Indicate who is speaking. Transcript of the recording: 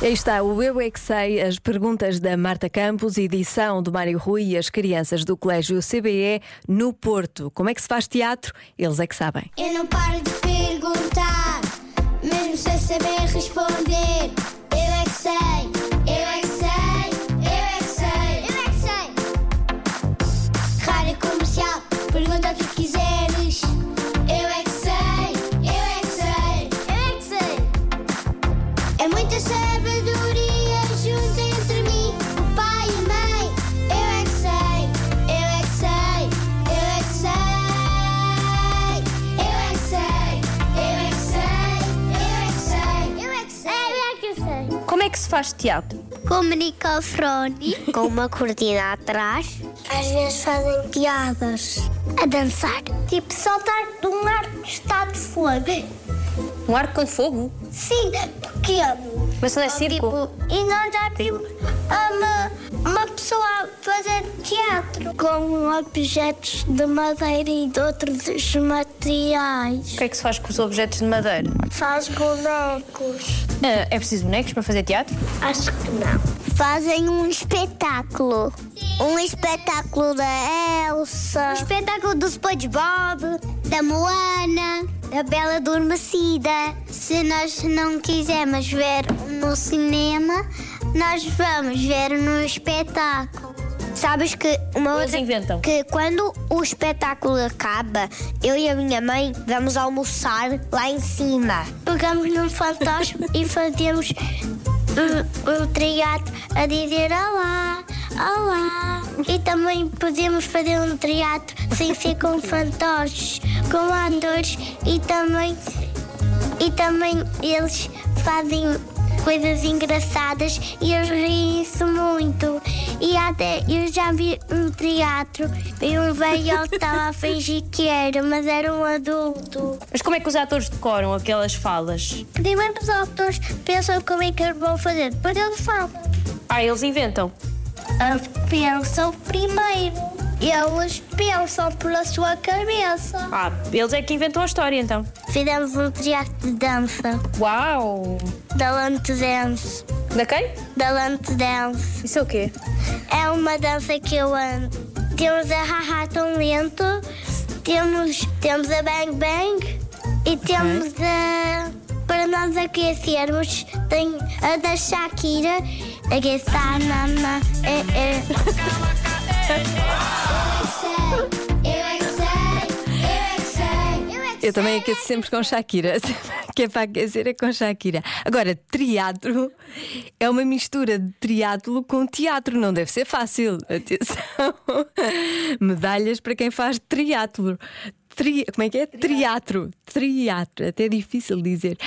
Speaker 1: Aí está o Eu é que Sei, as perguntas da Marta Campos, edição do Mário Rui e as crianças do Colégio CBE no Porto. Como é que se faz teatro? Eles é que sabem.
Speaker 2: Eu não paro de perguntar, mesmo sem saber responder. Eu é que sei, eu é que sei, eu é que sei, eu é que sei. Rádio comercial, pergunta o que quiseres. Eu é que sei, eu é que sei, eu é que sei. É muita sabedoria junto entre mim, o pai e a mãe. Eu é que sei, eu é que sei, eu é que sei. Eu é que sei, eu é que sei, eu é que sei, eu é que sei. Eu é que sei.
Speaker 3: Como é que se faz teatro?
Speaker 2: Com o microfone. Com uma cortina atrás. Às vezes fazem piadas. A dançar. Tipo, saltar de um arco que está de fogo.
Speaker 3: Um arco com fogo?
Speaker 2: Sim, é pequeno.
Speaker 3: Mas não é circo?
Speaker 2: Então, tipo, e nós já vimos uma, uma pessoa a fazer teatro. Com objetos de madeira e de outros materiais.
Speaker 3: O que é que se faz com os objetos de madeira?
Speaker 2: Faz bonecos.
Speaker 3: Ah, é preciso bonecos para fazer teatro?
Speaker 2: Acho que não. Fazem um espetáculo. Um espetáculo da Elsa. Um espetáculo do SpongeBob. Da Moana. Da Bela Adormecida. Se nós não quisermos ver no cinema, nós vamos ver no espetáculo. Sabes que uma
Speaker 3: Eles
Speaker 2: outra-
Speaker 3: inventam.
Speaker 2: que quando o espetáculo acaba, eu e a minha mãe vamos almoçar lá em cima. Pegamos num fantasma e fazemos um, um triato a dizer olá, olá. E também podemos fazer um triato sem ser com fantoches, com atores e também e também eles fazem coisas engraçadas e eles riem-se muito. E até eu já vi um teatro e um velho estava a fingir que era, mas era um adulto.
Speaker 3: Mas como é que os atores decoram aquelas falas?
Speaker 2: Primeiro os autores pensam como é que eles vão fazer, depois eles falam.
Speaker 3: Ah, eles inventam.
Speaker 2: Eles pensam primeiro. Eles pensam pela sua cabeça.
Speaker 3: Ah, eles é que inventam a história então.
Speaker 2: Fizemos um teatro de dança,
Speaker 3: Uau!
Speaker 2: da lente dance,
Speaker 3: Da quem?
Speaker 2: da lente dance.
Speaker 3: Isso é o quê?
Speaker 2: É uma dança que eu amo. Temos a Haha Tão Lento, temos, temos a Bang Bang e temos a. Para nós aquecermos, tem a da Shakira, a que está na. na é, é. Eu é que sei, eu é que sei, eu é que sei.
Speaker 1: Eu também aqueço sempre com Shakira. Que é para aquecer é com Shakira. Agora, triatlo é uma mistura de triatlo com teatro. Não deve ser fácil. Atenção. Medalhas para quem faz triatlo. Tri... Como é que é? Triatro. Triatro. Até é difícil dizer.